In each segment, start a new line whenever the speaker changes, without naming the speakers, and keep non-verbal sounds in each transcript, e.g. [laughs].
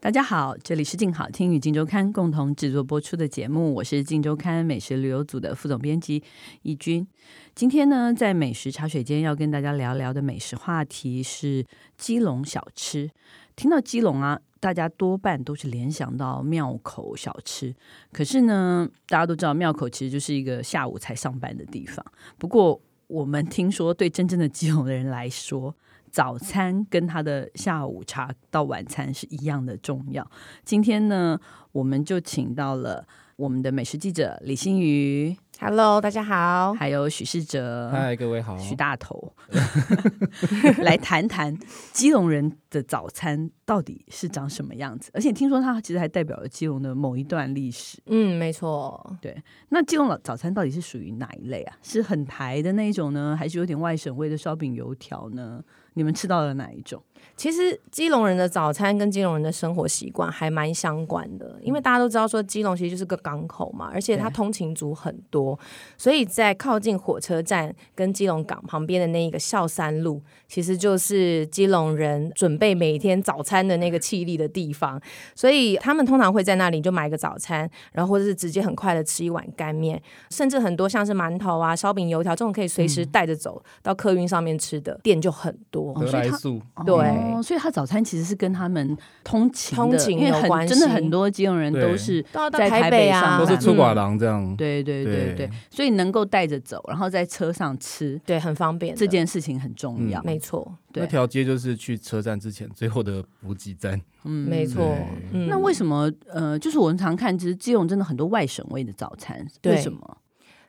大家好，这里是静好听与静周刊共同制作播出的节目，我是静周刊美食旅游组的副总编辑易军。今天呢，在美食茶水间要跟大家聊聊的美食话题是基隆小吃。听到基隆啊，大家多半都是联想到庙口小吃。可是呢，大家都知道庙口其实就是一个下午才上班的地方。不过，我们听说对真正的基隆的人来说，早餐跟他的下午茶到晚餐是一样的重要。今天呢，我们就请到了我们的美食记者李新宇，
Hello，大家好。
还有许世哲，
嗨，各位好。
许大头， [laughs] 来谈谈基隆人的早餐到底是长什么样子。而且听说它其实还代表了基隆的某一段历史。
嗯，没错，
那基隆老早餐到底是属于哪一类啊？是很台的那一种呢，还是有点外省味的烧饼油条呢？你们吃到了哪一种？
其实基隆人的早餐跟基隆人的生活习惯还蛮相关的，因为大家都知道说基隆其实就是个港口嘛，而且它
对
通勤族很多，所以在靠近火车站跟基隆港旁边的那一个孝山路，其实就是基隆人准备每天早餐的那个气力的地方，所以他们通常会在那里就买个早餐，然后或者是直接很快的吃一碗干面，甚至很多像是馒头啊、烧饼、油条这种可以随时带着走到客运上面吃的店就很多。
哦
得
所以
来
它
速，
对
哦所以他早餐其实是跟他们通勤的
通勤
因为
有
很
关
真的
系
很多基隆人都
对
是
都要到
在台
台
北
啊，
上
都是
班
出
粗
寡郎这样。
对对对
对
对，所以能够带着走，然后在车上吃
对，很方便的。
这件事情很重
嗯
要。
没错，
对
那条街就是去车站之前最后的补给站。
嗯
没错
对。
嗯
那为什么呃，就是我们常看，其实基隆真的很多外省味的早餐，
对
为什么？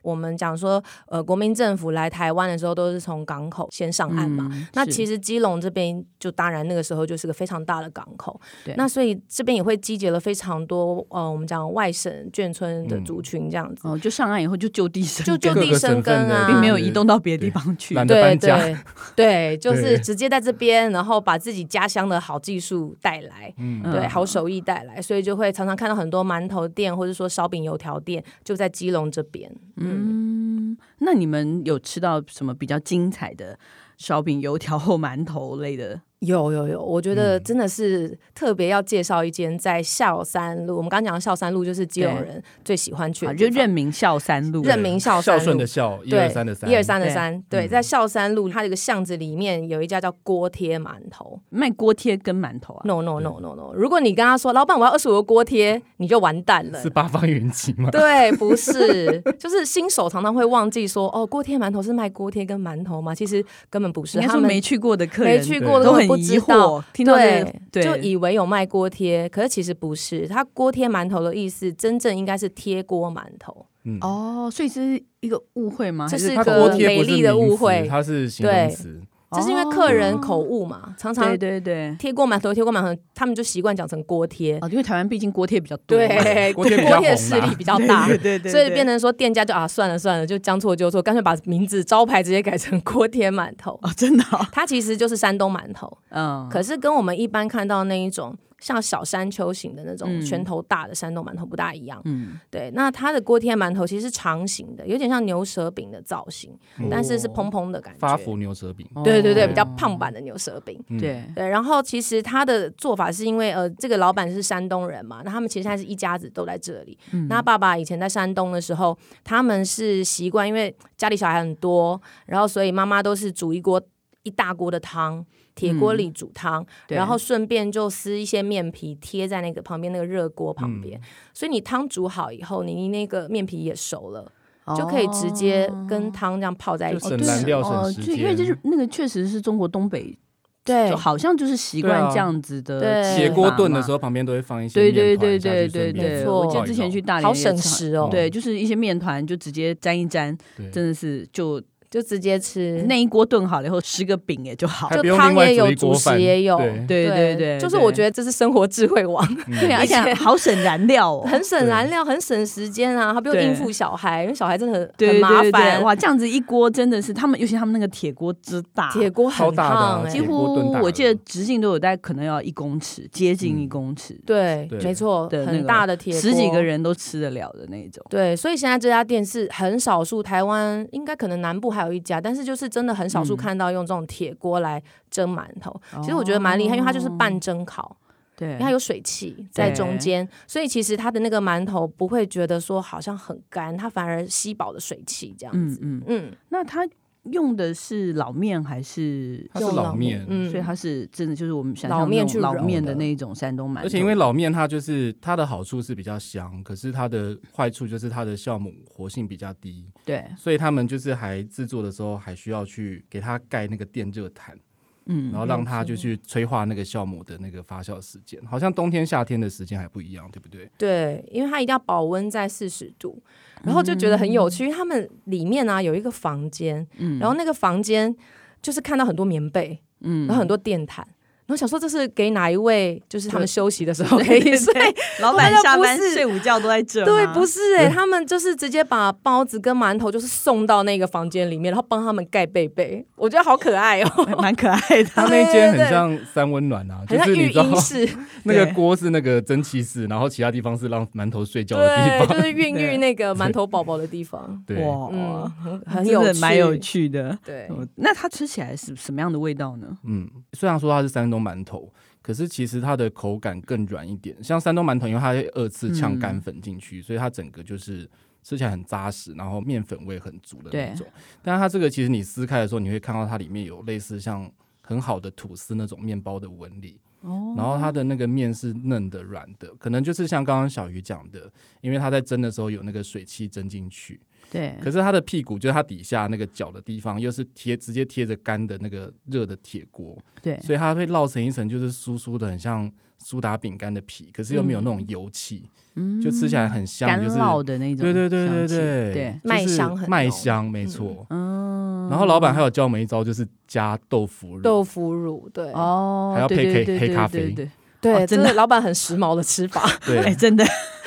我们讲说，呃，国民政府来台湾的时候都是从港口先上岸嘛？
嗯
那
是
其实基隆这边就当然那个时候就是个非常大的港口
对，
那所以这边也会集结了非常多呃，我们讲外省眷村的族群这样子， [laughs]
哦，就上岸以后就就地生
就
根
就
嗯各
地
个
生
省份
根
的
啊，
并没有移动到别的地方去。
懒得
对
搬家
对对，就是
对
直接在这边，然后把自己家乡的好技术带来，
嗯
嗯
对，好手艺带来，所以就会常常看到很多馒头店或者说烧饼油条店就在基隆这边。嗯，
那你们有吃到什么比较精彩的烧饼、油条或馒头类的？
有有有，我觉得真的是特别要介绍一间在孝山路，我们刚刚讲的孝山路就是基隆
对
人最喜欢去
啊，
的
就
地方，
认明孝三路。
认明孝
孝
山
顺
路
的。孝，一
对
二三的三，
一二三的
对
三，对，在孝山路，它这个巷子里面有一家叫锅贴馒头，
卖锅贴跟馒头啊，
No no no no no！如果你跟他说老板我要二十五个锅贴，你就完蛋了
是。八方云集
[laughs]
吗？
对，不是，就是新手常常会忘记说哦，锅贴馒头是卖锅贴跟馒头吗？其实根本不是，
应该
他
说
们
没去过的客人
没去过的
都
客
很
人不
疑
知道
惑，听到这个对
对，就以为有卖锅贴，可是其实不是。它锅贴馒头的意思，真正应该是贴锅馒头。
嗯，
哦，所以这是一个误会吗？
这
还
是一
它
个
锅贴不
美
是
丽的
名
误
词
会
它是形容
对
词。
这是因为客人口误嘛，常常
哦对对对。
贴锅馒头、贴锅馒头，他们就习惯讲成锅贴。
哦，因为台湾毕竟锅贴比较多嘛，
对，
锅
锅
贴比较
贴的
红
势
啦
力比较大。
[laughs] 对对对，
所以变成说店家就啊算了算了，就将错就错，干脆把名字招牌直接改成锅贴馒头。
哦，真的哦，
它其实就是山东馒头，
嗯，
可是跟我们一般看到那一种像小山丘型的那种
嗯
拳头大的山东馒头不大一样。
嗯，
对，那它的锅贴馒头其实是长形的，有点像牛舌饼的造型，但是是蓬蓬的感
发
觉。
福牛舌饼，
对对对，
哦
比较胖版的牛舌饼。
嗯，
对，
对，然后其实他的做法是因为呃，这个老板是山东人嘛，那他们其实现在是一家子都在这里。
嗯
那爸爸以前在山东的时候，他们是习惯，因为家里小孩很多，然后所以妈妈都是煮一锅一大锅的汤。铁锅里煮汤，
嗯对
然后顺便就撕一些面皮贴在那个旁边那个热锅旁
嗯
边，所以你汤煮好以后，你那个面皮也熟了，嗯就可以直接跟汤这样泡在一
就
起
省
对
蓝
吃。
调
哦
省时
就
间，
因为就是那个确实是中国东北，
对
就，好像就是习
对
惯
啊
这样子的
对
吃法嘛，
铁锅炖的时候旁边都会放一些
对对
面
对
团下
对
去顺
对
便
对，
没错
我
泡
记得
一
之前
泡
去大连
好
也
省
吃
时哦。
对，就是一些面团就直接沾一沾，
对
真的是就
就直接吃。
那一锅炖好了以后，十个饼也就好
就
了。
是
还不用
汤
另外
也有
煮一锅
主食
饭
也有
对
对对对，
就是我觉
得
得这是生活智慧王，
嗯
对啊，而且
以前
好省燃料哦，
[laughs] 很省燃料，很省时间啊，他不用应付小孩，因为小孩真的 [laughs] 很
对
很麻
对对对
烦。
哇，这样子一锅真的是他们，尤其他们那个铁锅之大，
铁锅很
超大的啊
烫哎、
几
铁
乎
锅炖大
我
的
记得直径都有大概可能要一公尺，接近一
嗯
公尺，
对，
对
没错，
的那
很
个
大的铁锅，
十几个。人都吃得了的那种。
对，所以现在这家店是很少数，台湾应该可能南部还有一家，但是就是真的很少数
嗯
看到用这种铁锅来蒸馒头。其实我觉得蛮厉害，因为它就是半蒸烤，
哦对
因为它有水汽在中间，所以其实它的那个馒头不会觉得说好像很干，它反而吸饱了水汽这样
嗯
子。
嗯，
嗯，
那他用的是老面还是？
它是
用
老面
嗯，
所以它是真的就是我们想
老
象
面
那种
去
老
揉
面
的
的那一种山东馒头，
而且因为老面它就是它的好处是比较香，可是它的坏处就是它的酵母活性比较低，
对，
所以他们就是还制作的时候还需要去给它盖那个电热毯，
嗯
然，后让它就去催化那个酵母的那个发酵时间，好像冬天夏天的时间还不一样，对不对？
对，因为它一定要保温在四十度，然后就觉得很有趣。因为他们里面呢、有一个房间，然后那个房间就是看到很多棉被，嗯，然后很多电毯，然后想说这是给哪一位，就是他们休息的时候可以睡。
老板
板下
下
班
班
睡
睡午觉都在这，
[laughs] 对，不
是
是哎、他们就是直接把包子跟馒头就是送到那个房间里面，然后帮他们盖被被，我觉得好可
[laughs]
爱哦、
蛮可爱的。
它那一间很像三温暖啊，
很
就
像
是你
浴
知道
衣室，
[laughs] 那个锅是那个蒸汽室，然后其他地方是让馒头睡觉的 [laughs] 地
对，
方
就。是孕育那个馒头宝宝的地方，
[laughs] [laughs] 对，
嗯，很很
哦真
有
的
趣，
蛮有趣的。
对，
哦那它吃起来是什么样的味道呢？
嗯，虽然说它是山东馒头，可是其实它的口感更软一点。像山东馒头，因为它会二
嗯
次呛干粉进去，所以它整个就是吃起来很扎实，然后面粉味很足的那种。但是它这个其实你撕开的时候，你会看到它里面有类似像很好的吐司那种面包的纹理。
哦
然后它的那个面是嫩的、软的，可能就是像刚刚小鱼讲的，因为它在蒸的时候有那个水汽蒸进去，
对，
可是它的屁股就是它底下那个脚的地方，又是贴直接贴着干的那个热的铁锅，
对，
所以它会烙成一层就是酥酥的，很像苏打饼干的皮，可是又没有那种油气，
嗯
就吃起来很香，
干
就是
烙的那种
对
香气，
对对对
对
对
对，
麦
就是
香很
麦
浓
香没错。
嗯
然后老板还有教我们一招，就是加豆腐乳，
豆腐乳，对，
哦，
还要
对
配
对
黑
对
黑
对
咖
对
啡
对，
对，
哦
真
真的
的老板很时髦的吃
[laughs]
法，
哎，
对，
真的，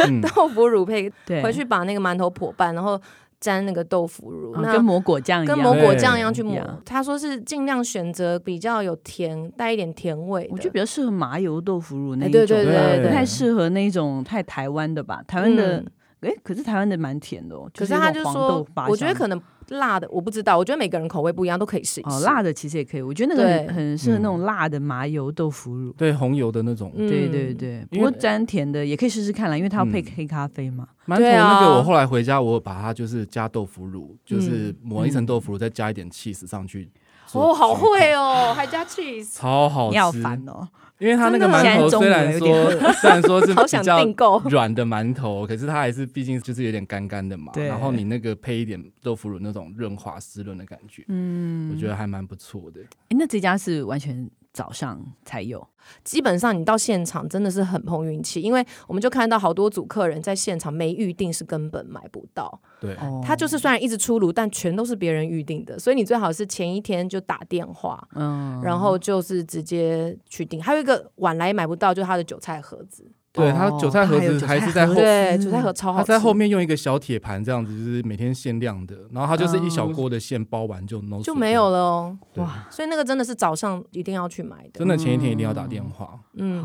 嗯，
豆腐乳配
对，
回去把那个馒头破半，然后沾那个豆腐乳，
啊
那
跟。蘑果酱一样，
跟蘑果
对
酱一样去磨
呀，
他说是尽量选择比较有甜，带一点甜味的。
我觉得比较适合麻油豆腐乳那
哎
一
对
种，
对嗯
对对
不太
对
适合那种太台湾的吧？台湾的，哎，可是台湾的蛮甜的哦，
可
是
是他
那
就
种黄
说
豆发，
我觉得
酵
可能辣的我不知道，我觉得每个人口味不一样，都可以试一
哦，
试。
辣的其实也可以，我觉得那个
对
很很适合那种
嗯
辣的麻油豆腐乳。
对红油的那种。
嗯
对对对，不
因
过
为嗯
沾甜的也可以试试看啦，因为它要配黑咖啡嘛。
馒头
对啊
那个，我后来回家，我把它就是加豆腐乳，就是
嗯
抹一层豆腐乳，再加一点 cheese 上去。
哦，好会
哦，
哦，
[laughs]
还加 cheese，
超好
你好
吃！
烦哦，
因为它那个
真的
馒头虽然
现在中午了有
说 [laughs] 虽然说是
好
比
想
较
订购。
软的馒头，可是它还是毕竟就是有点干干的嘛。
对
然后你那个配一点豆腐乳，那种润滑湿润的感觉，嗯，我觉得还蛮不错的。
诶那这家是完全早上才有，
基本上你到现场真的是很碰运气，因为我们就看到好多组客人在现场没预定是根本买不到。
对，
哦
它就是虽然一直出炉，但全都是别人预定的，所以你最好是前一天就打电话，
嗯
然后就是直接去订。还有一个晚来买不到，就是它的韭菜盒子，
对它
哦
韭菜盒
它有
子
韭
还
菜
哦是在
盒
后
子
对，韭菜盒超好
它
吃。
在后面用一个小铁盘这样子，就是每天限量的，然后它就是一小锅的馅包完就弄
就没有了
了。
哦，
对
哇，
所以那个真的是早上一定要去买的。
真的前一天一定要打电话。
好
嗯，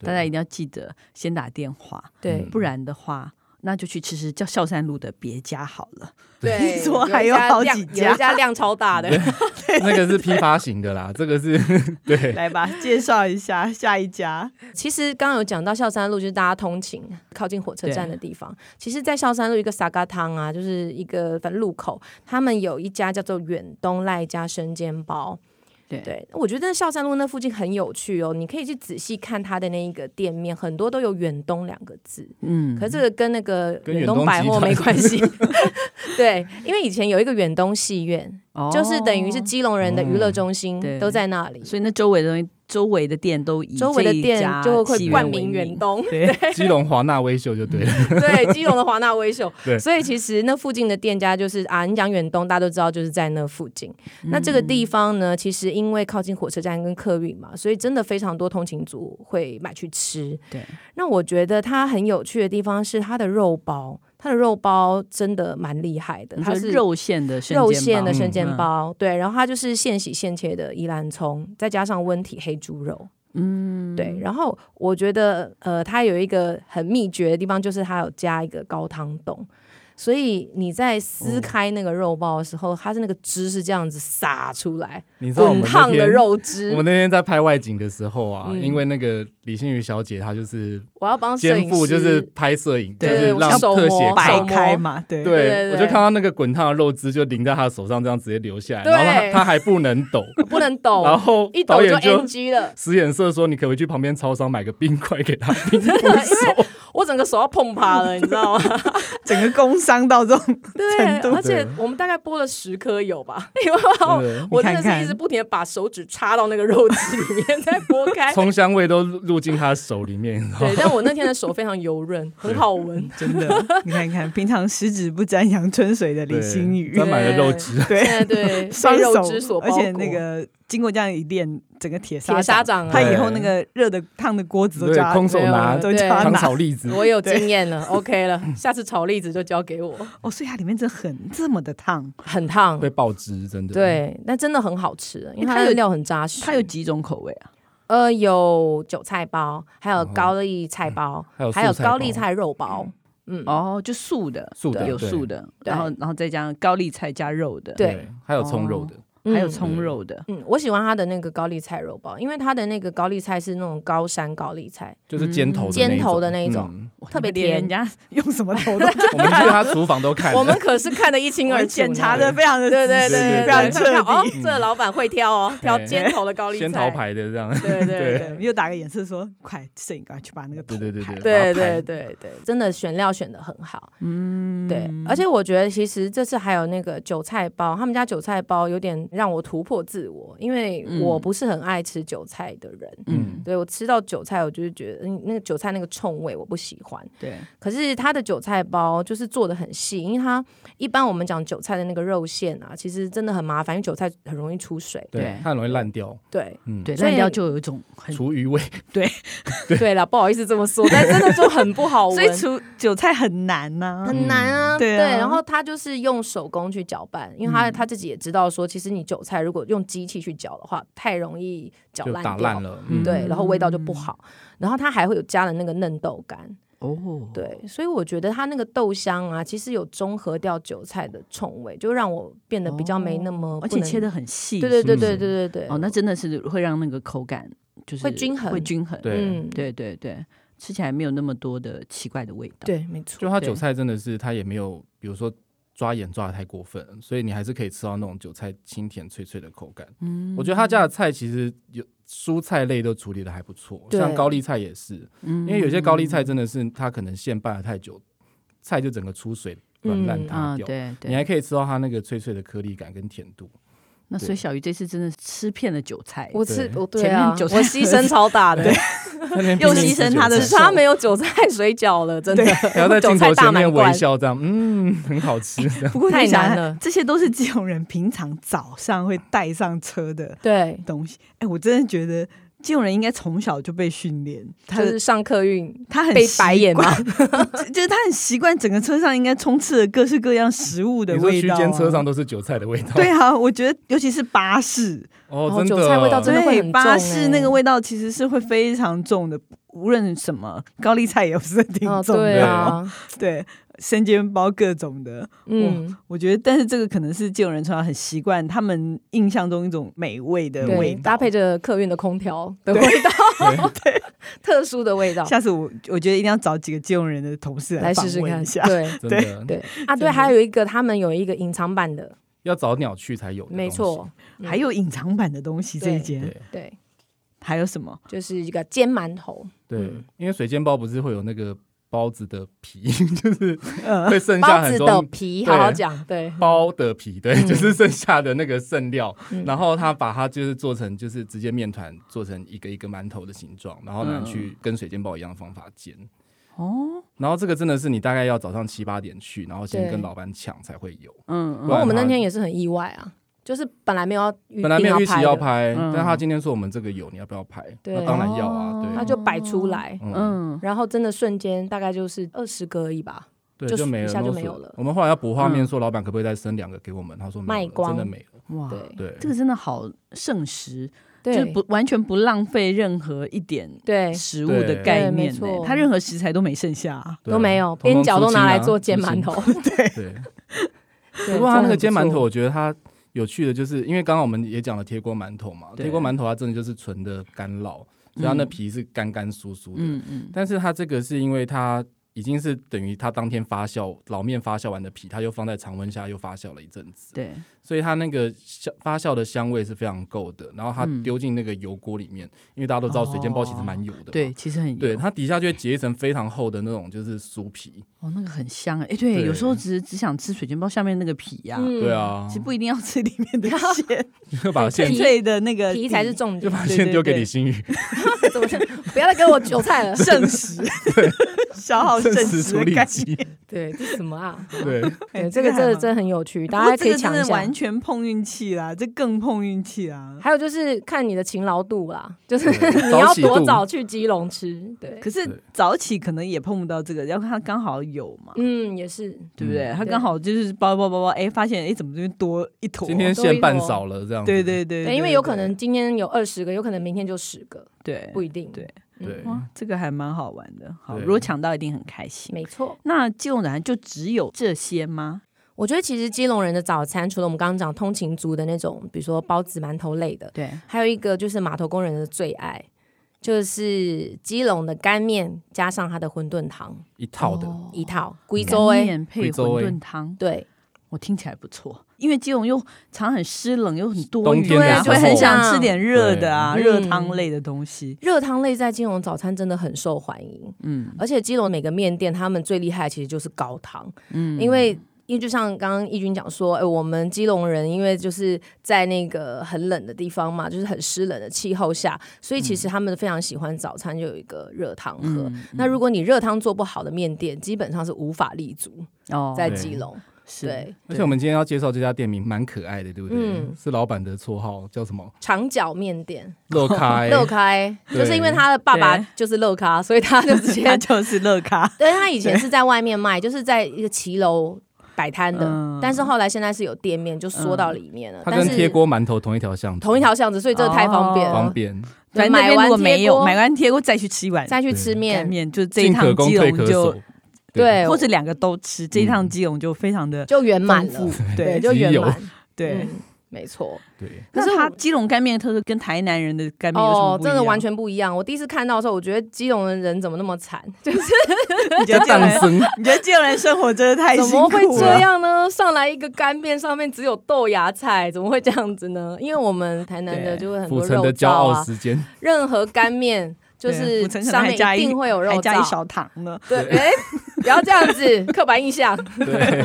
对
大家一定要记得先打电话，
对
嗯
不然的话。那就去吃吃叫孝善路的别家好
[laughs]
了，
[laughs] 对，
[laughs] 听说还
有
有
一家
好
量
几
有
家
一家量超大的，
[laughs] 那个是批发型的啦，这个是 [laughs] 对
来吧，介绍一下下一家。
其实刚刚有讲到孝山路，就是大家通勤靠近火车站的地方。其实，在孝山路一个沙嘎汤啊，就是一个反正路口，他们有一家叫做远东赖家生煎包。
对
对，我觉得孝山路那附近很有趣哦，你可以去仔细看它的那一个店面，很多都有“远东”两个字。
嗯
可是这个跟那个
跟
远
远东
东百货
[laughs]
集团
没关系， [laughs] 对，因为以前有一个远东戏院，
哦嗯
就是等于是基隆人的娱乐中心
对
都在那里，
所以那周围的东西，周围的店都以
周围的
这一
店
家
就会
起源
冠
为
名远
名。
东。
对，
[laughs]
基隆华纳威秀就对了。
[laughs]
对，基隆的华纳威秀
对。
所以其实那附近的店家就是啊，你讲远东，大家都知道就是在那附近。那这个
嗯
地方呢，其实因为靠近火车站跟客运嘛，所以真的非常多通勤族会买去吃。
对，
那我觉得它很有趣的地方是它的肉包，它的肉包真的蛮厉害的，它
它
是
是。肉馅的生
肉
煎
馅
包
的生
嗯
煎
嗯
包，对，然后它就是现洗现切的宜兰葱，再加上温体黑猪肉，嗯，对。然后我觉得，呃，它有一个很秘诀的地方，就是它有加一个高汤冻，所以你在
哦
撕开那个肉包的时候，它是那个汁是这样子洒出来，
你知道我
滚
们那
烫的
天，
肉
我
汁
们。那天在拍外景的时候啊，
嗯
因为那个李心瑜小姐她就是
我要帮摄
肩
影
负
师，
就是 [laughs] 拍摄影，就
对
是
我
让
手
特
模
写
摆
看
手开
嘛，对
对，
对对
我就看到那个滚烫的肉汁就淋在他手上，这样直接流下来，
对
然后他他还不能抖，
不能抖，
然后
一抖
导
就
演就
NG
[laughs]
了，
使眼色说：“你可不可以去旁边超商买个冰块给他
[laughs]
冰不熟
我整个手要碰趴了，你知道吗？
整个工伤到这种，
对，
程度
而且
对
我们大概剥了十颗有吧， [laughs] 因为？”
真的
我真
嗯
的
你看
是
看
一直不停的把手指插到那个肉汁里面 [laughs] 再剥开。
葱香味都入进他手里面，然后
对，但我那天的手非常油润，很好闻。
真的， [laughs] 你看看，平常十指不沾阳春水的李心宇，
沾满了肉
[laughs]
汁，
对
现，
[laughs]
在对，
双
被肉
手
汁所，包
而
裹
且那个经过这样一练，整个铁砂
铁砂掌
他
啊，
以后那个热的烫的锅子都
对
加，
空手拿
都加
对
糖
拿
炒栗子，
我有经验了，OK [laughs] 了，下次炒栗子就交给我，
哦，所以它里面真的很这么的烫，
很烫
会。爆汁，真的。，
对，但真的很好吃，因为它
它有
的料很扎实。
它有几种口味
嗯
啊？
呃有韭菜包，还有
哦
嗯哼
高丽菜包
嗯
还有，
还有
素菜包
高丽菜肉包。嗯，
哦，就素的，
素的
有
对
素的，
对
然后然后再加上高丽菜加肉的，
对，
还有葱肉的，
嗯
还有葱肉的，
嗯，我喜欢它的那个高丽菜肉包，因为它的那个高丽菜是那种高山高丽菜，
就是尖头的
哦尖头的那一
一
种
嗯
哇
特别
你们连人
[laughs]
甜
家用什么头
[laughs]
都
我们去他厨房都看了，
我们可是看得一清二楚呢，
检查的非常的
对对对
仔细
对，
非常
对看
彻
哦
底。，
这老板会挑哦，挑尖头的高丽菜，
先头牌的这样。
对对
对，
对
又打个眼色说：“快，摄影赶快去把那个头
对对对
拍了
对对对对，真的选料选的很好，嗯，对，而且我觉得其实这次还有那个韭菜包，他们家韭菜包有点让我突破自我，因为我不是很爱吃韭菜的人，
嗯，
对我吃到韭菜，我就是觉得嗯那个韭菜那个冲味我不喜欢，
对，
可是它的韭菜包就是做的很细，因为它一般我们讲韭菜的那个肉馅啊，其实真的很麻烦，因为韭菜很容易出水，
对
对，
它很容易烂掉，
对
嗯，
对，
所以
烂掉就有一种很，
厨余味。
对了，不好意思这么说，但真的就很不好
[laughs]
闻，
所以除韭菜很难呐、
很难啊，
嗯
对啊
然后他就是用手工去搅拌，因为他、他自己也知道说，其实你韭菜如果用机器去搅的话，太容易搅
就
烂
打
掉，
烂了，嗯
对，然后味道就不好。然后它还会有加了那个嫩豆干，
哦，
对，所以我觉得它那个豆香啊，其实有中和掉韭菜的冲味，就让我变得比较没那么
哦
而
不
且
能，
切的很细，
对对对
是不
对
是
对对对，
哦，那真的是会让那个口感就是
会均衡
会均衡，
对
嗯
对对对，吃起来没有那么多的奇怪的味道，
对，没
就
错，
它
对
韭菜真的是，它也没有，比如说抓盐抓的太过分，所以你还是可以吃到那种韭菜清甜脆脆的口感。嗯，我觉得他家的菜其实有蔬菜类都处理的还不错，
对
像高丽菜也是，因为有些高丽菜真的是它可能现拌了太久，菜就整个出水软烂
嗯
塌
啊，
掉。
对
你
对。
还可以吃到它那个脆脆的颗粒感跟甜度，
那所以小鱼这次真的吃遍了韭菜，
我吃我对
前面
啊，
韭菜
我牺牲超大的，
又
牺牲它的
只差没有韭菜水饺了，真的，
[laughs] 然后在
韭
镜
菜
头
大
前
满
面
贯
微。笑这样，嗯， [laughs] 很
[laughs]
好吃。这样
不过
太
你想
难
想
了
这些都是基隆人平常早上会带上车的
对，
[laughs] 东西。哎，我真的觉得基隆人应该从小就被训练，他
就是上客运
他很
被
习
白眼吗？
惯 [laughs] 就是他很习惯整个车上应该充斥着各式各样食物的
[laughs] 你说
味
区
道、啊。
间车上都是韭菜的味道，
[laughs] 对啊，我觉得尤其是巴士，
哦，
哦
真的
韭菜味道真的会
对
很重
巴
欸
士那个味道其实是会非常重的，无论什么高丽菜也是挺
嗯哦，
重的，
对啊，
对生煎包各种的，
嗯，
我觉得，但是这个可能是这种人从小很习惯，他们印象中一种美味的味
对，
道，
搭配着客运的空调的味道， [laughs] 特殊的味道，
下次我我觉得一定要找几个基隆人的同事
来
访
试试
问
看
一下。。
对
真的
对啊，对，还有一个他们有一个隐藏版的，
要早鸟去才有的东西，
没错，嗯
还有隐藏版的东西，这一间
对
对，
还有什么？
就是一个煎馒头，
对
嗯，
因为水煎包不是会有那个包子的皮， [laughs] 就是
嗯
会剩下
包
很
子
多嗯
的皮，
对
好好讲，对，
[laughs] 包的皮，对，
嗯
就是剩下的那个剩料，
嗯
然后他把它就是做成就是直接面团做成一个一个馒头的形状，然后拿
嗯
去跟水煎包一样的方法煎。
哦，
然后这个真的是你大概要早上七八点去，然后先
对
跟老板抢才会有。
嗯
然
不然
哦后我们那
他
天也是很意外啊，就是本来没有要预
本来没有预期
定
要
要的，
拍，
嗯
但他今天说我们这个有，你要不要拍？
对
那当然要啊，
哦
对，
他就摆出来，
嗯，
嗯
然后真的瞬间大概就是二十个而已吧，
对，
就
就没
一
了，
下就
啰
没
嗦
有了
我们后来要补画面，
嗯
说老板可不可以再生两个给我们？他说没
卖
有了
光
真的没了。
哇，
嗯对
对，
这个真的好剩食，就
对
是不啊完全不浪费任何一点
对，
食物的概念
对没
呢，
错
它任何食材都没剩下啊。
对啊
都没有，
通通
边角
出
都拿
清啊
来做煎
出
馒
清
头。
[laughs] 对，
对
不过他那
真的
个
很
煎
不
馒
错
头，我觉得它有趣的就是，因为刚刚我们也讲了铁锅馒头嘛，
对
铁锅馒头它真的就是纯的干酪，所以它那皮是干干酥酥的。
嗯嗯，
但是它这个是因为它已经是等于它当天发酵老面发酵完的皮，它又放在常温下又发酵了一阵子，
对，
所以它那个香发酵的香味是非常够的。然后它
嗯
丢进那个油锅里面，因为大家都知道水煎包其实蛮油的嘛，
哦对，其实很油
对，它底下就会结一层非常厚的那种就是酥皮。
哦，那个很香哎、诶对，
对
有时候只只想吃水煎包下面那个皮呀、
嗯
对，啊
其，实不一定要吃里面的馅，
就
[laughs]
把
脆
馅
脆的那个
皮
底
嗯才是重
就
点。
把
对
馅
对
丢给
对？
李星宇。
怎么是不要再给我韭菜
[laughs]
了
剩食， [laughs] 消
哦
耗剩
食
食
处
的
理
概
机，
对，这是什么啊？
[laughs] 对，
[laughs]
[laughs]
哎
对，这个
还
真的
蛮
真的很有趣，
不
大
过
家
这
可以
个真
抢
的
一下
完。全碰运气啦，这更碰运气啊啦。
还有就是看你的勤劳度啦，就是
对
[laughs] 你要
早起度
多早去基隆吃。对，
可是
对
早起可能也碰不到这个，要看他刚好有嘛，
嗯，也是，
对不对？他
对
刚好就是包包包包，哎，发现哎怎么这边多一坨？啊
今天
多一
馅拌
坨
少了这样子。
对对对
对，因为有可能今天有二十个，有可能明天就十个，
对
不一定。
对
嗯
对，
哇，这个还蛮好玩的。好，
对
如果抢到一定很开心。
没错。
那基隆人就只有这些吗？
我觉得其实基隆人的早餐，除了我们刚刚讲通勤族的那种，比如说包子、馒头类的，
对，
还有一个就是码头工人的最爱，就是基隆的干面加上它的馄饨汤
一套的。
一套，贵州
干
哎，
面配
贵州
馄
欸
饨汤，
对，
我听起来不错。因为基隆又常很湿冷，又很多
冬
雨，
天的
啊，
时
会很
候
想吃点热的啊，
对
热
嗯
汤类的东西。
热汤类在基隆早餐真的很受欢迎，
嗯
而且基隆每个面店他们最厉害的其实就是高汤，
嗯
因为。因为就像刚刚义军讲说，哎、我们基隆人因为就是在那个很冷的地方嘛，就是很湿冷的气候下，所以其实他们非常喜欢早餐就有一个热汤喝。
嗯
那如果你热汤做不好的面店，基本上是无法立足
哦
在
对
基隆。
是 [laughs]
对，
而且我们今天要介绍这家店名蛮可爱的，对不对？
嗯
是老板的绰号叫什么？
长角面店
乐
[laughs]
欸开。
乐开，
对
就是因为他的爸爸
哎对
就是乐咖，所以他就
[laughs]
直接
它就是乐咖。
[laughs] 对他以前是在外面卖，就是在一个骑楼摆摊的，
嗯
但是后来现在是有店面，就缩到里面了。
它
但
跟
是
贴锅馒头同一条巷子，
同一条巷子，所以这个太方便
哦
方
了。
便。
对
反正那边如果没有
买完贴锅
买完贴锅再去吃一碗
再去吃
干
面，
面，就这一
进可
趟
攻
基
退
隆
可
就
守。嗯
对，
或者两个都吃，这一趟基隆就非常的
就圆满
丰
了
富。，
对，
对
就圆满。
[laughs] 对
嗯。，没错。 [laughs]
对，
可是
那
它
我
基隆干面的特色跟台南人的干面有什么
哦，
不一
真
样
的完全不一样。我第一次看到的时候，我觉得基隆的人怎么那么惨？
[laughs] 你觉得基隆
[laughs]
诞
人，
生
你觉得基隆人生活真的太
怎
辛
么会
苦
这
了。
样呢？上来一个干面，上面只有豆芽菜，怎么会这样子呢？因为我们台南的
对
就会很
府
多
城的
肉
骄
燥
傲
啊，[laughs]
时间，
任何干面就
对啊
是
府城可能
上
还
面
加
一
一
定会有肉
还加一
燥。
勺糖呢，
对，哎，不要这样子，刻板印象。
对，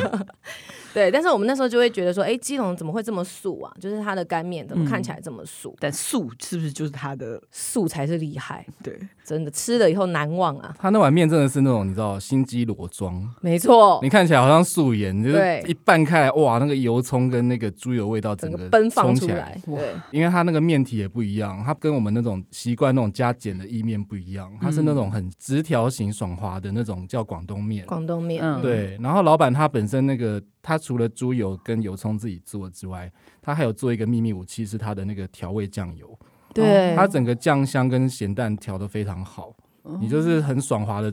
对，但是我们那时候就会觉得说，哎，基隆怎么会这么素啊？就是它的干面怎么看起来这么素？
但素是不是就是它的？
素才是厉害，
对，
真的吃了以后难忘啊。
他那碗面真的是那种你知道心机裸妆，
没错
你，看起来好像素颜，就是
对
一拌开来，哇，那个油葱跟那个猪油味道整
整
个
个奔放
冲
出
起
来。对，
因为它那个面体也不一样，它跟我们那种习惯那种加碱的意面不一样，它是那种很直条形爽滑的那种叫广东面。
广东面，
嗯
嗯，
对，然后老板他本身那个，他除了猪油跟油葱自己做之外，他还有做一个秘密武器，是他的那个调味酱油，
对，
他整个酱香跟咸淡调的非常好，你就是很爽滑的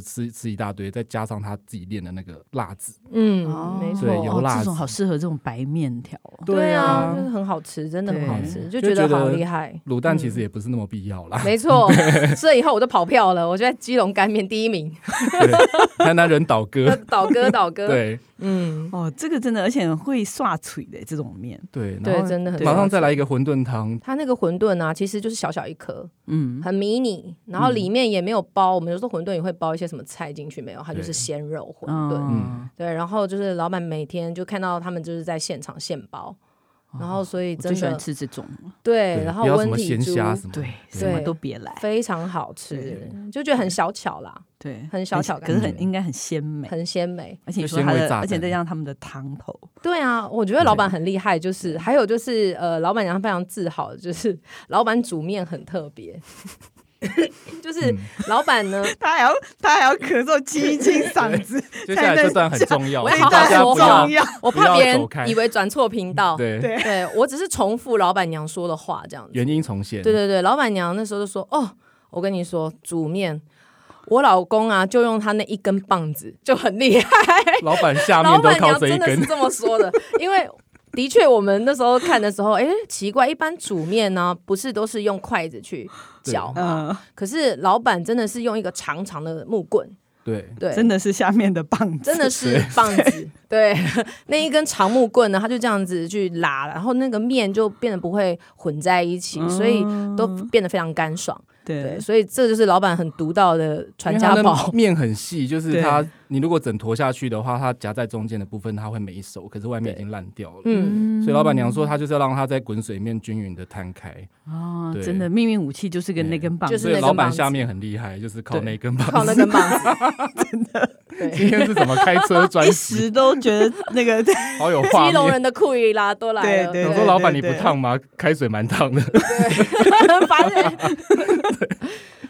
吃吃一大堆，再加上他自己炼的那个辣子，
嗯，没错
对，油
哦
辣
这种
子
好适合这种白面条哦。
对啊，就是很好吃，真的很好吃，就觉
对就觉
得
得
好厉害。
卤蛋其实也不是那么必要啦， [laughs]
没错，吃了以后我就跑票了，我觉得基隆干面第一名，
[laughs] 对，台南人倒戈，
[laughs] 倒戈倒戈，
[laughs] 对
嗯，
哦，这个真的，而且很会刷嘴的这种面，
对，然
对，
后
真的很
马上
爽。
再来一个馄饨汤，
它那个馄饨啊，其实就是小小一颗，
嗯，
嗯
很迷你，然后里面面也没有包，我们有时候馄饨也会包一些什么菜进去，没有，它就是
对
鲜肉馄饨。
嗯，
对，然后就是老板每天就看到他们就是在现场现包，然
哦
后所以
我
真
最喜欢
的
吃这种，
对，然后
不要什
温
么
体
咸
猪
虾什么的，
对，
对
什么都别来，
非常好吃，就觉得很小巧啦，
对，
很小巧感
可是很
觉
应该很鲜美，
很鲜美。
而且你
就
说
纤
它
维
的，
炸
而且
弹
再加上他们的汤头，
对啊，我觉得老板很厉害，就是还有就是呃，老板娘非常自豪，就是 [laughs] 老板煮面很特别。 [laughs]
嗯
就是老板呢，
他还要他还要咳嗽清一清嗓子，
接下来这段很重要，
我
请
要好好
大家
说
不
话
要
重要。
我
不
怕
要
别
走
人
开
以为转错频道。
[laughs] 对
对
对我只是重复老板娘说的话这样子。
原因重现，
对对对，老板娘那时候就说：“哦，我跟你说，煮面，我老公啊，就用他那一根棒子，就很厉害。
老板 [laughs] 下面
老
都
板
靠
娘
这一
真的
根
是，这么说的， [laughs] 因为的确我们那时候看的时候，哎，奇怪，一般煮面呢、不是都是用筷子去搅嘛？
嗯，
可是老板真的是用一个长长的木棍，
对，
对，
真的是下面的棒子，
真的是棒子，对， [laughs] 那一根长木棍呢，它就这样子去拉，然后那个面就变得不会混在一起，所以都变得非常干爽。对，
对，
所以这就是老板很独到的传
因
家
为它
宝嗯
的。面很细，就是
对
它你如果整坨下去的话，它夹在中间的部分它会没熟，可是外面已经烂掉了。
嗯，
所以老板娘说，她就是要让它在滚水面均匀的摊开，
哦，
对
真的命运武器就是跟那根棒
就
子，
是
所以
那根
老板
棒子
下面很厉害，就是靠那根棒。
靠那根棒子，真的。
今天是怎么开车专
一
辑？
时都觉得那个 [laughs]
好有画
对，基隆
面。
人的库伊拉都来了，
对
我
对
说老板你不
对
烫吗？开水蛮烫的。
很 [laughs] 烦人。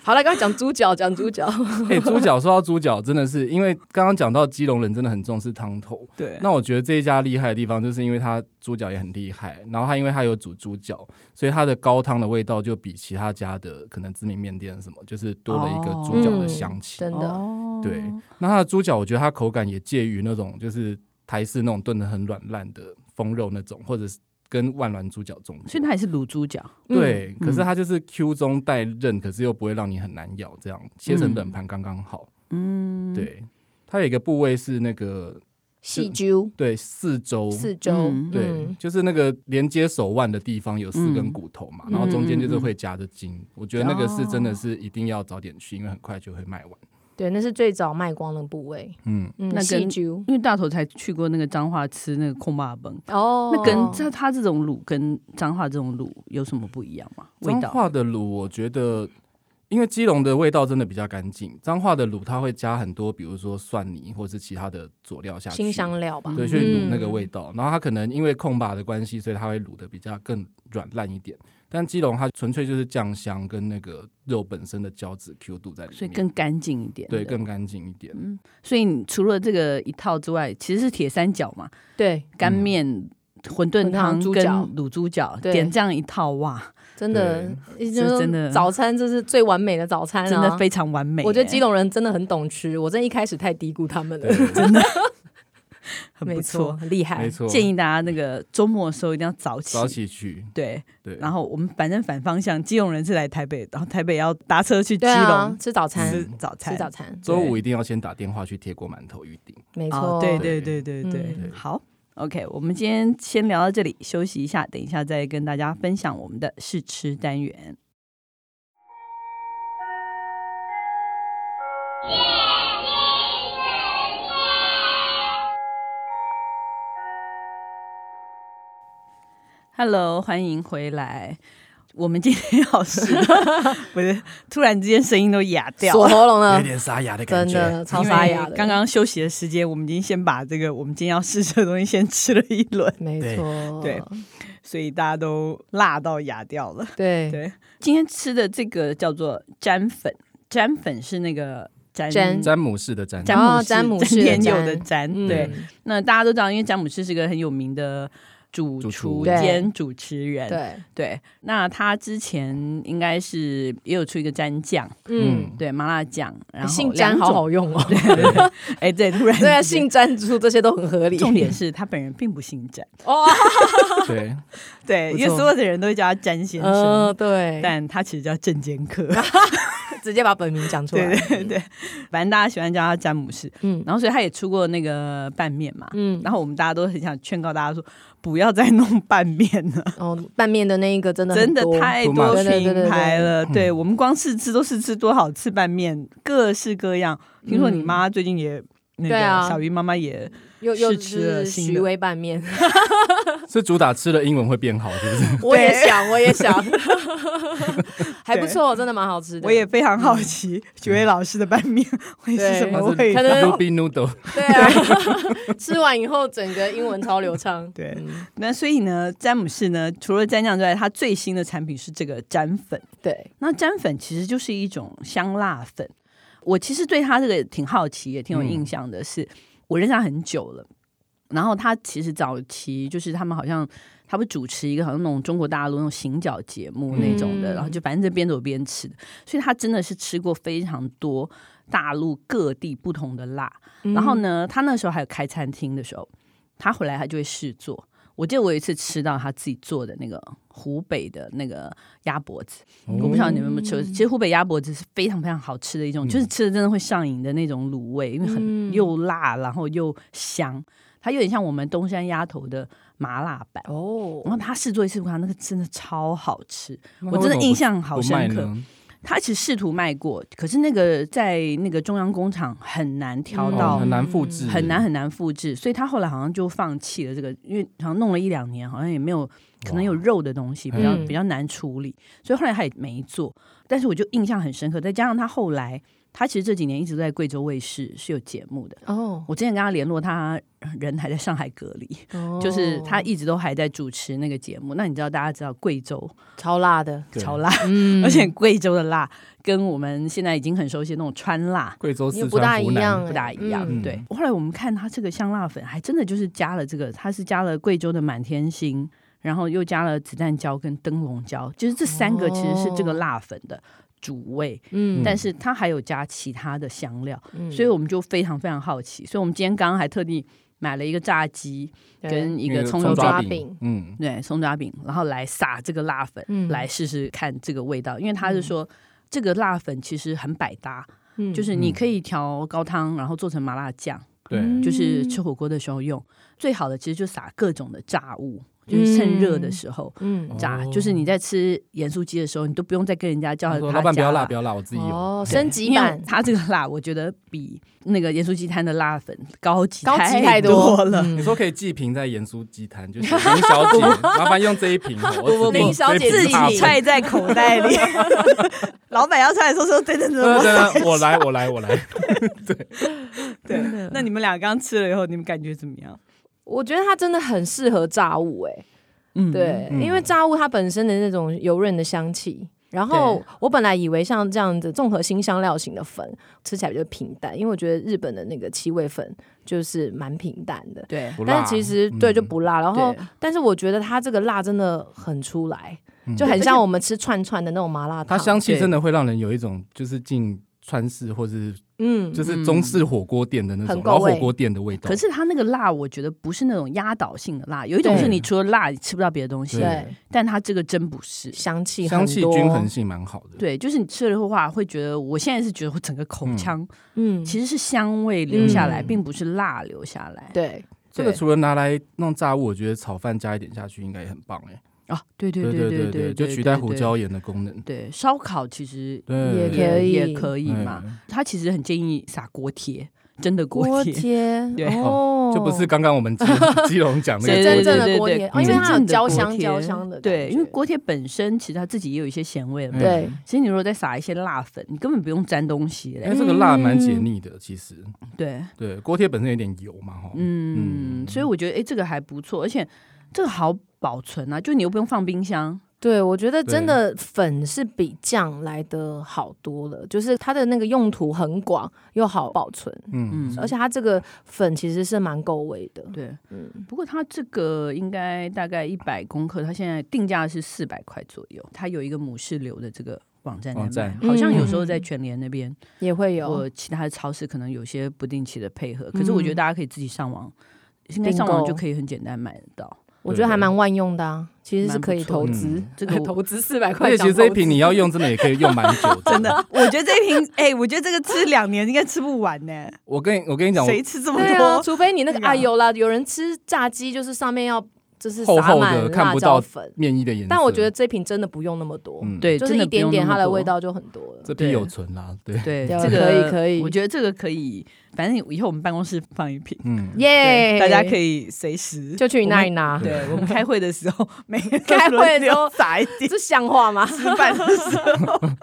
好了，刚刚讲猪脚，讲猪脚，
哎，猪脚说到猪脚，真的是因为刚刚讲到基隆人真的很重视汤头，
对，
那我觉得这一家厉害的地方，就是因为它猪脚也很厉害，然后它因为它有煮猪脚，所以它的高汤的味道就比其他家的可能知名面店什么，就是多了一个猪脚的香气。
真的，
哦，
对，那它的猪脚，我觉得它口感也介于那种就是台式那种炖的很软烂的风肉那种，或者是跟万峦猪脚中
所
间
以。它也是卤猪脚，
对，可是它就是 Q 中带韧，可是又不会让你很难咬，这样切成冷盘刚刚好。
嗯，
对，它有一个部位是那个
细揪
对四周
四周，
嗯
对
嗯，，
就是那个连接手腕的地方有四根骨头嘛，然后中间就是会夹着筋。我觉得那个是真的是一定要早点去，因为很快就会卖完。
对，那是最早卖光的部位，
嗯，
嗯
那，跟
细揪
因为大头才去过那个彰化吃那个空霸崩，
哦，
那跟这它这种卤跟彰化这种卤有什么不一样吗？味
彰
道
化的卤，我觉得因为基隆的味道真的比较干净，彰化的卤它会加很多，比如说蒜泥或是其他的佐料下去，
新香料
嗯
吧，
对，去卤那个味道。然后它可能因为空把的关系，所以它会卤的比较更软烂一点。但基隆它纯粹就是酱香跟那个肉本身的胶质 Q 度在里面，
所以更嗯干净一点，
对更干净一点。
所以你除了这个一套之外，其实是铁三角嘛，
对，
干面、馄
饨
饨
汤
汤
嗯猪
跟
脚
卤猪脚，
对
点这样一套哇，
真的，就是说
真的
早餐这是最完美的早餐啊，
真的非常完美耶。哎
我觉得基隆人真的很懂吃，我真的一开始太低估他们了，
嗯
[laughs]
[laughs] 很
没
不
错，
错，
很厉害
没，错，
啊建议大家那个周末的时候一定要早起。
早起去，
对，
对，
然后我们反正反方向，基隆人是来台北，然后台北要搭车去基
对啊
隆，
吃早餐，
吃早餐。
吃早餐，
周五一定要先打电话去贴锅馒头预定。
没
啊
错，
对
对
对对对对，
嗯
好。OK，我们今天先聊到这里，休息一下，等一下再跟大家分享我们的试吃单元。Hello，欢迎回来。我们今天要试， [laughs] 我的突然之间声音都哑掉了
锁。喉咙了
有，点沙哑的感
真
觉，
的超
因
沙
为
哑的，
刚刚休息的时间，我们已经先把这个我们今天要试吃的东西先吃了一轮，
没错，
对所以大家都辣到哑掉了。
对
对，今天吃的这个叫做沾粉，沾粉是那个沾
沾
詹姆士的詹，
詹
哦
姆士、
詹姆士的
天佑的
詹
詹。
嗯
对，那大家都知道，因为詹姆士是个很有名的。主
主
厨
厨
兼主持人，
对，
对那他之前应该是也有出一个蘸酱，
嗯，
对麻辣酱，然后
姓詹好好用哦，
[laughs] 哎，对，突然
对啊，
之间
姓詹猪这些都很合理，
重点是他本人并不姓詹，
[laughs] 哦，
对，
对，
不
因为
错呃
所有的人都会叫他詹先生，
嗯，对， [laughs]
但他其实叫郑坚科。
直接把本名讲出来。
对对，反正大家喜欢叫他詹姆士。
嗯
然后所以他也出过那个拌面嘛，
嗯，
然后我们大家都很想劝告大家说，不要再弄拌面了，
哦，拌面的那一 [laughs] 个真的
真
很
的
多
太
多
多
对对对对
品牌了。
嗯
对我们光试吃都试吃多少次拌面，各式各样。听说你妈最近也。那
嗯对啊
个小鱼妈妈也
又又
试吃了
是
新
徐
的
威
[laughs]
拌面，
是主打吃了英文会变好，是不是？
我也想，我
[laughs]
也想，还不错，真的蛮好吃的。
我也非常好 [laughs] 奇，九位老师的拌面会是
嗯对
什么
它是
味
可
道？
能
Ruby Noodle
对啊， [laughs] 吃完以后整个英文超流畅。
对
嗯
那所以呢，詹姆士呢，除了蘸酱之外，它最新的产品是这个蘸粉。
对，
那蘸粉其实就是一种香辣粉。我其实对它这个挺好奇，也挺有印象的是，我认识他很久了。然后他其实早期就是他们好像他不主持一个好像那种中国大陆那种行脚节目那种的，
嗯
然后就反正就边走边吃的，所以他真的是吃过非常多大陆各地不同的辣。然后呢，他那时候还有开餐厅的时候，他回来他就会试做。我记得我有一次吃到他自己做的那个湖北的那个鸭脖子，我不晓得你们有没有
嗯
吃过。其实湖北鸭脖子是非常非常好吃的一种，就是吃的真的会上瘾的那种卤味，因为很
嗯
又辣，然后又香，它有点像我们东山鸭头的麻辣版。
哦
然，后他试做一次，我看那个真的超好吃，
那
我真
为什
的
么
印象
不
好
卖
深刻。
呢。
他其实试图卖过，可是那个在那个中央工厂很难调
嗯
到
哦很难复制，
很难很难复制，所以他后来好像就放弃了这个，因为好像弄了一两年，好像也没有可能有肉的东西比较
嗯
比较难处理，所以后来他也没做。但是我就印象很深刻，再加上他后来，他其实这几年一直都在贵州卫视是有节目的。
哦，
我之前跟他联络，他人还在上海隔离，
哦
就是他一直都还在主持那个节目。那你知道，大家知道贵州
超辣的，
对
超辣，[laughs]
嗯
而且贵州的辣跟我们现在已经很熟悉的那种川辣，
贵州、
也
四
不大
川、
一
湖南
样，
不大一样。
嗯
对，后来我们看它这个香辣粉，还真的就是加了这个，它是加了贵州的满天星，然后又加了子弹椒跟灯笼椒，就是这三个其实是这个
哦
辣粉的主味，
嗯，
但是它还有加其他的香料，
嗯
所以我们就非常非常好奇。所以我们今天刚刚还特地买了一个炸鸡
对
跟一个
那
葱
葱
油
抓
饼。
饼
饼，嗯，
对，葱抓饼，然后来撒这个辣粉，
嗯
来试试看这个味道，因为他是说、这个辣粉其实很百搭，
嗯
就是你
嗯
可以调高汤，然后做成麻辣酱，嗯
对，
就是吃火锅的时候用。最好的其实就撒各种的炸物，就是趁热的时候
嗯
炸。
哦
就是你在吃盐酥鸡的时候，你都不用再跟人家叫
他说
呃他
老板不
加
要辣，不要辣，我自己有。
哦，
对
升级版
它这个辣，我觉得比那个盐酥鸡摊的辣粉高级
高级
太
太
多了。
你
嗯
说可以寄瓶在盐酥鸡摊，就是林小姐，麻烦用这一瓶哦。我
不
指定
林小姐
这
自
一瓶
己
是大
己
瓶
揣在口袋 [laughs] 里，老板要揣的时候说：“对对对，
对啊
我
对对，我来，我来，我来。
对，那你们俩刚吃了以后，你们感觉怎么样？
我觉得它真的很适合炸物，哎，
嗯，
对，
嗯
因为炸物它本身的那种油润的香气。然后
对
我本来以为像这样子综合新香料型的粉吃起来比较平淡，因为我觉得日本的那个七味粉就是蛮平淡的，
对
不辣
但其实对
嗯
就不辣。然后
对，
但是我觉得它这个辣真的很出来，
嗯
就很像我们吃串串的那种麻辣
它
烫。
香气
对
真的会让人有一种就是进川式或是
嗯，
就是中式火锅店的那种
很够
老火
味
锅店的味道。
可是它那个辣，我觉得不是那种压倒性的辣，有一种是
对
你除了辣你吃不到别的东西，
对，
但它这个真不是。
香气
香
很
气
多
均衡，性蛮好的。
对，就是你吃了的话，会觉得我现在是觉得我整个口
嗯
腔
嗯，
其实是香味留下来，
嗯
并不是辣留下来。
对，
这个
对
除了拿来弄炸物，我觉得炒饭加一点下去应该也很棒哎。
啊，对对
对
对对，
就取代胡
对。
椒盐的功能。
对，烧烤其实
对，
也可以
也可以嘛。
嗯
他其实很建议撒锅贴，真的锅
锅
贴，
贴，
[laughs] 对
哦，
就不是刚刚我们基
[laughs]
基隆讲 [laughs] 那
对
个
对
真正的
对
锅
对
贴，
对
哦因为它有
真正的
焦
锅
香
贴
焦香的感觉，
对，因为锅贴本身其实它自己也有一些咸味了嘛。
嗯
对
其实你如果再撒一些辣粉，你根本不用沾东西
因
嘞。
嗯
为这个辣蛮解腻的，其实
对，
对锅贴本身有点油嘛哈。
嗯，
嗯
所以我觉得哎、诶这个还不错，而且这个好保存啊，就你又不用放冰箱。
对，我觉得
对
真的粉是比酱来的好多了，就是它的那个用途很广，又好保存，
嗯，
嗯，
而且它这个粉其实是蛮够味的。
对，
嗯，
不过它这个应该大概一百公克，它现在定价是四百块左右。它有一个母氏流的这个网站在
网站
卖好像
嗯
有时候在全联那边
也会有
或其他的超市可能有些不定期的配合，可是我觉得
嗯
大家可以自己上网，应该上
订
网
购
就可以很简单买得到。
我觉得还蛮万用的啊，其实是可以投资，
嗯
这个我
[laughs] 投资四百
而
块
且
想投资。
其实这一瓶你要用，真的也可以用蛮久
[laughs]
真的，我觉得这一瓶， [laughs] 哎、我觉得这个吃两年应该吃不完呢、
我跟你我跟你讲，我
谁吃这么
对啊，
多？
除非你那
对
个
啊
啊有啦，有人吃炸鸡就是上面要就是
厚
撒
厚
满
的看
辣
不
椒
到
粉，
面衣的颜色。
但我觉得这瓶真的不用那么多，
嗯
对，
就是
真的
一
不
点
用
点
那么
它的
多
味。道就很多了。
这批有存啦，对，
对，
对啊
这个
可以可以
我觉得这个可以，反正以后我们办公室放一瓶，
嗯，
耶，
大家可以随时
就去你那里拿，
对我们开会的时候， [laughs] 每个人
开会的时候
都撒一点，
这像话吗？
吃饭的时 [laughs] 候，啊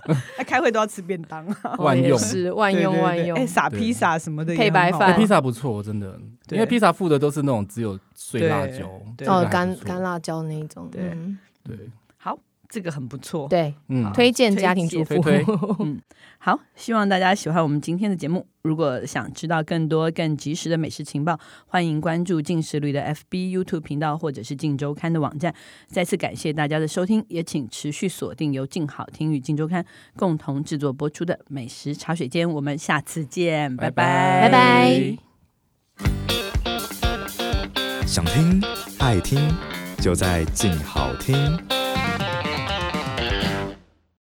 开会都要吃便
[laughs]
当啊，
万用
哦也是万
对对
用
对
万用
哎，。撒
对
披萨什么的也
配
很
白
好
饭
哎
啊
披萨不错，真的，
对
因为披萨附的都是那种只有碎辣椒，
对
这个还
哦，
不
干
错
干，辣椒那一种，
对
嗯
对，
好，这个很不错。
对，
嗯，
推荐家庭主妇，
推推
好，希望大家喜欢我们今天的节目。如果想知道更多更及时的美食情报，欢迎关注进食旅的 FB、YouTube 频道或者是静周刊的网站。再次感谢大家的收听，也请持续锁定由静好听与静周刊共同制作播出的《美食茶水间》，我们下次见，拜拜，
拜
拜。
想听爱听，就在静好听。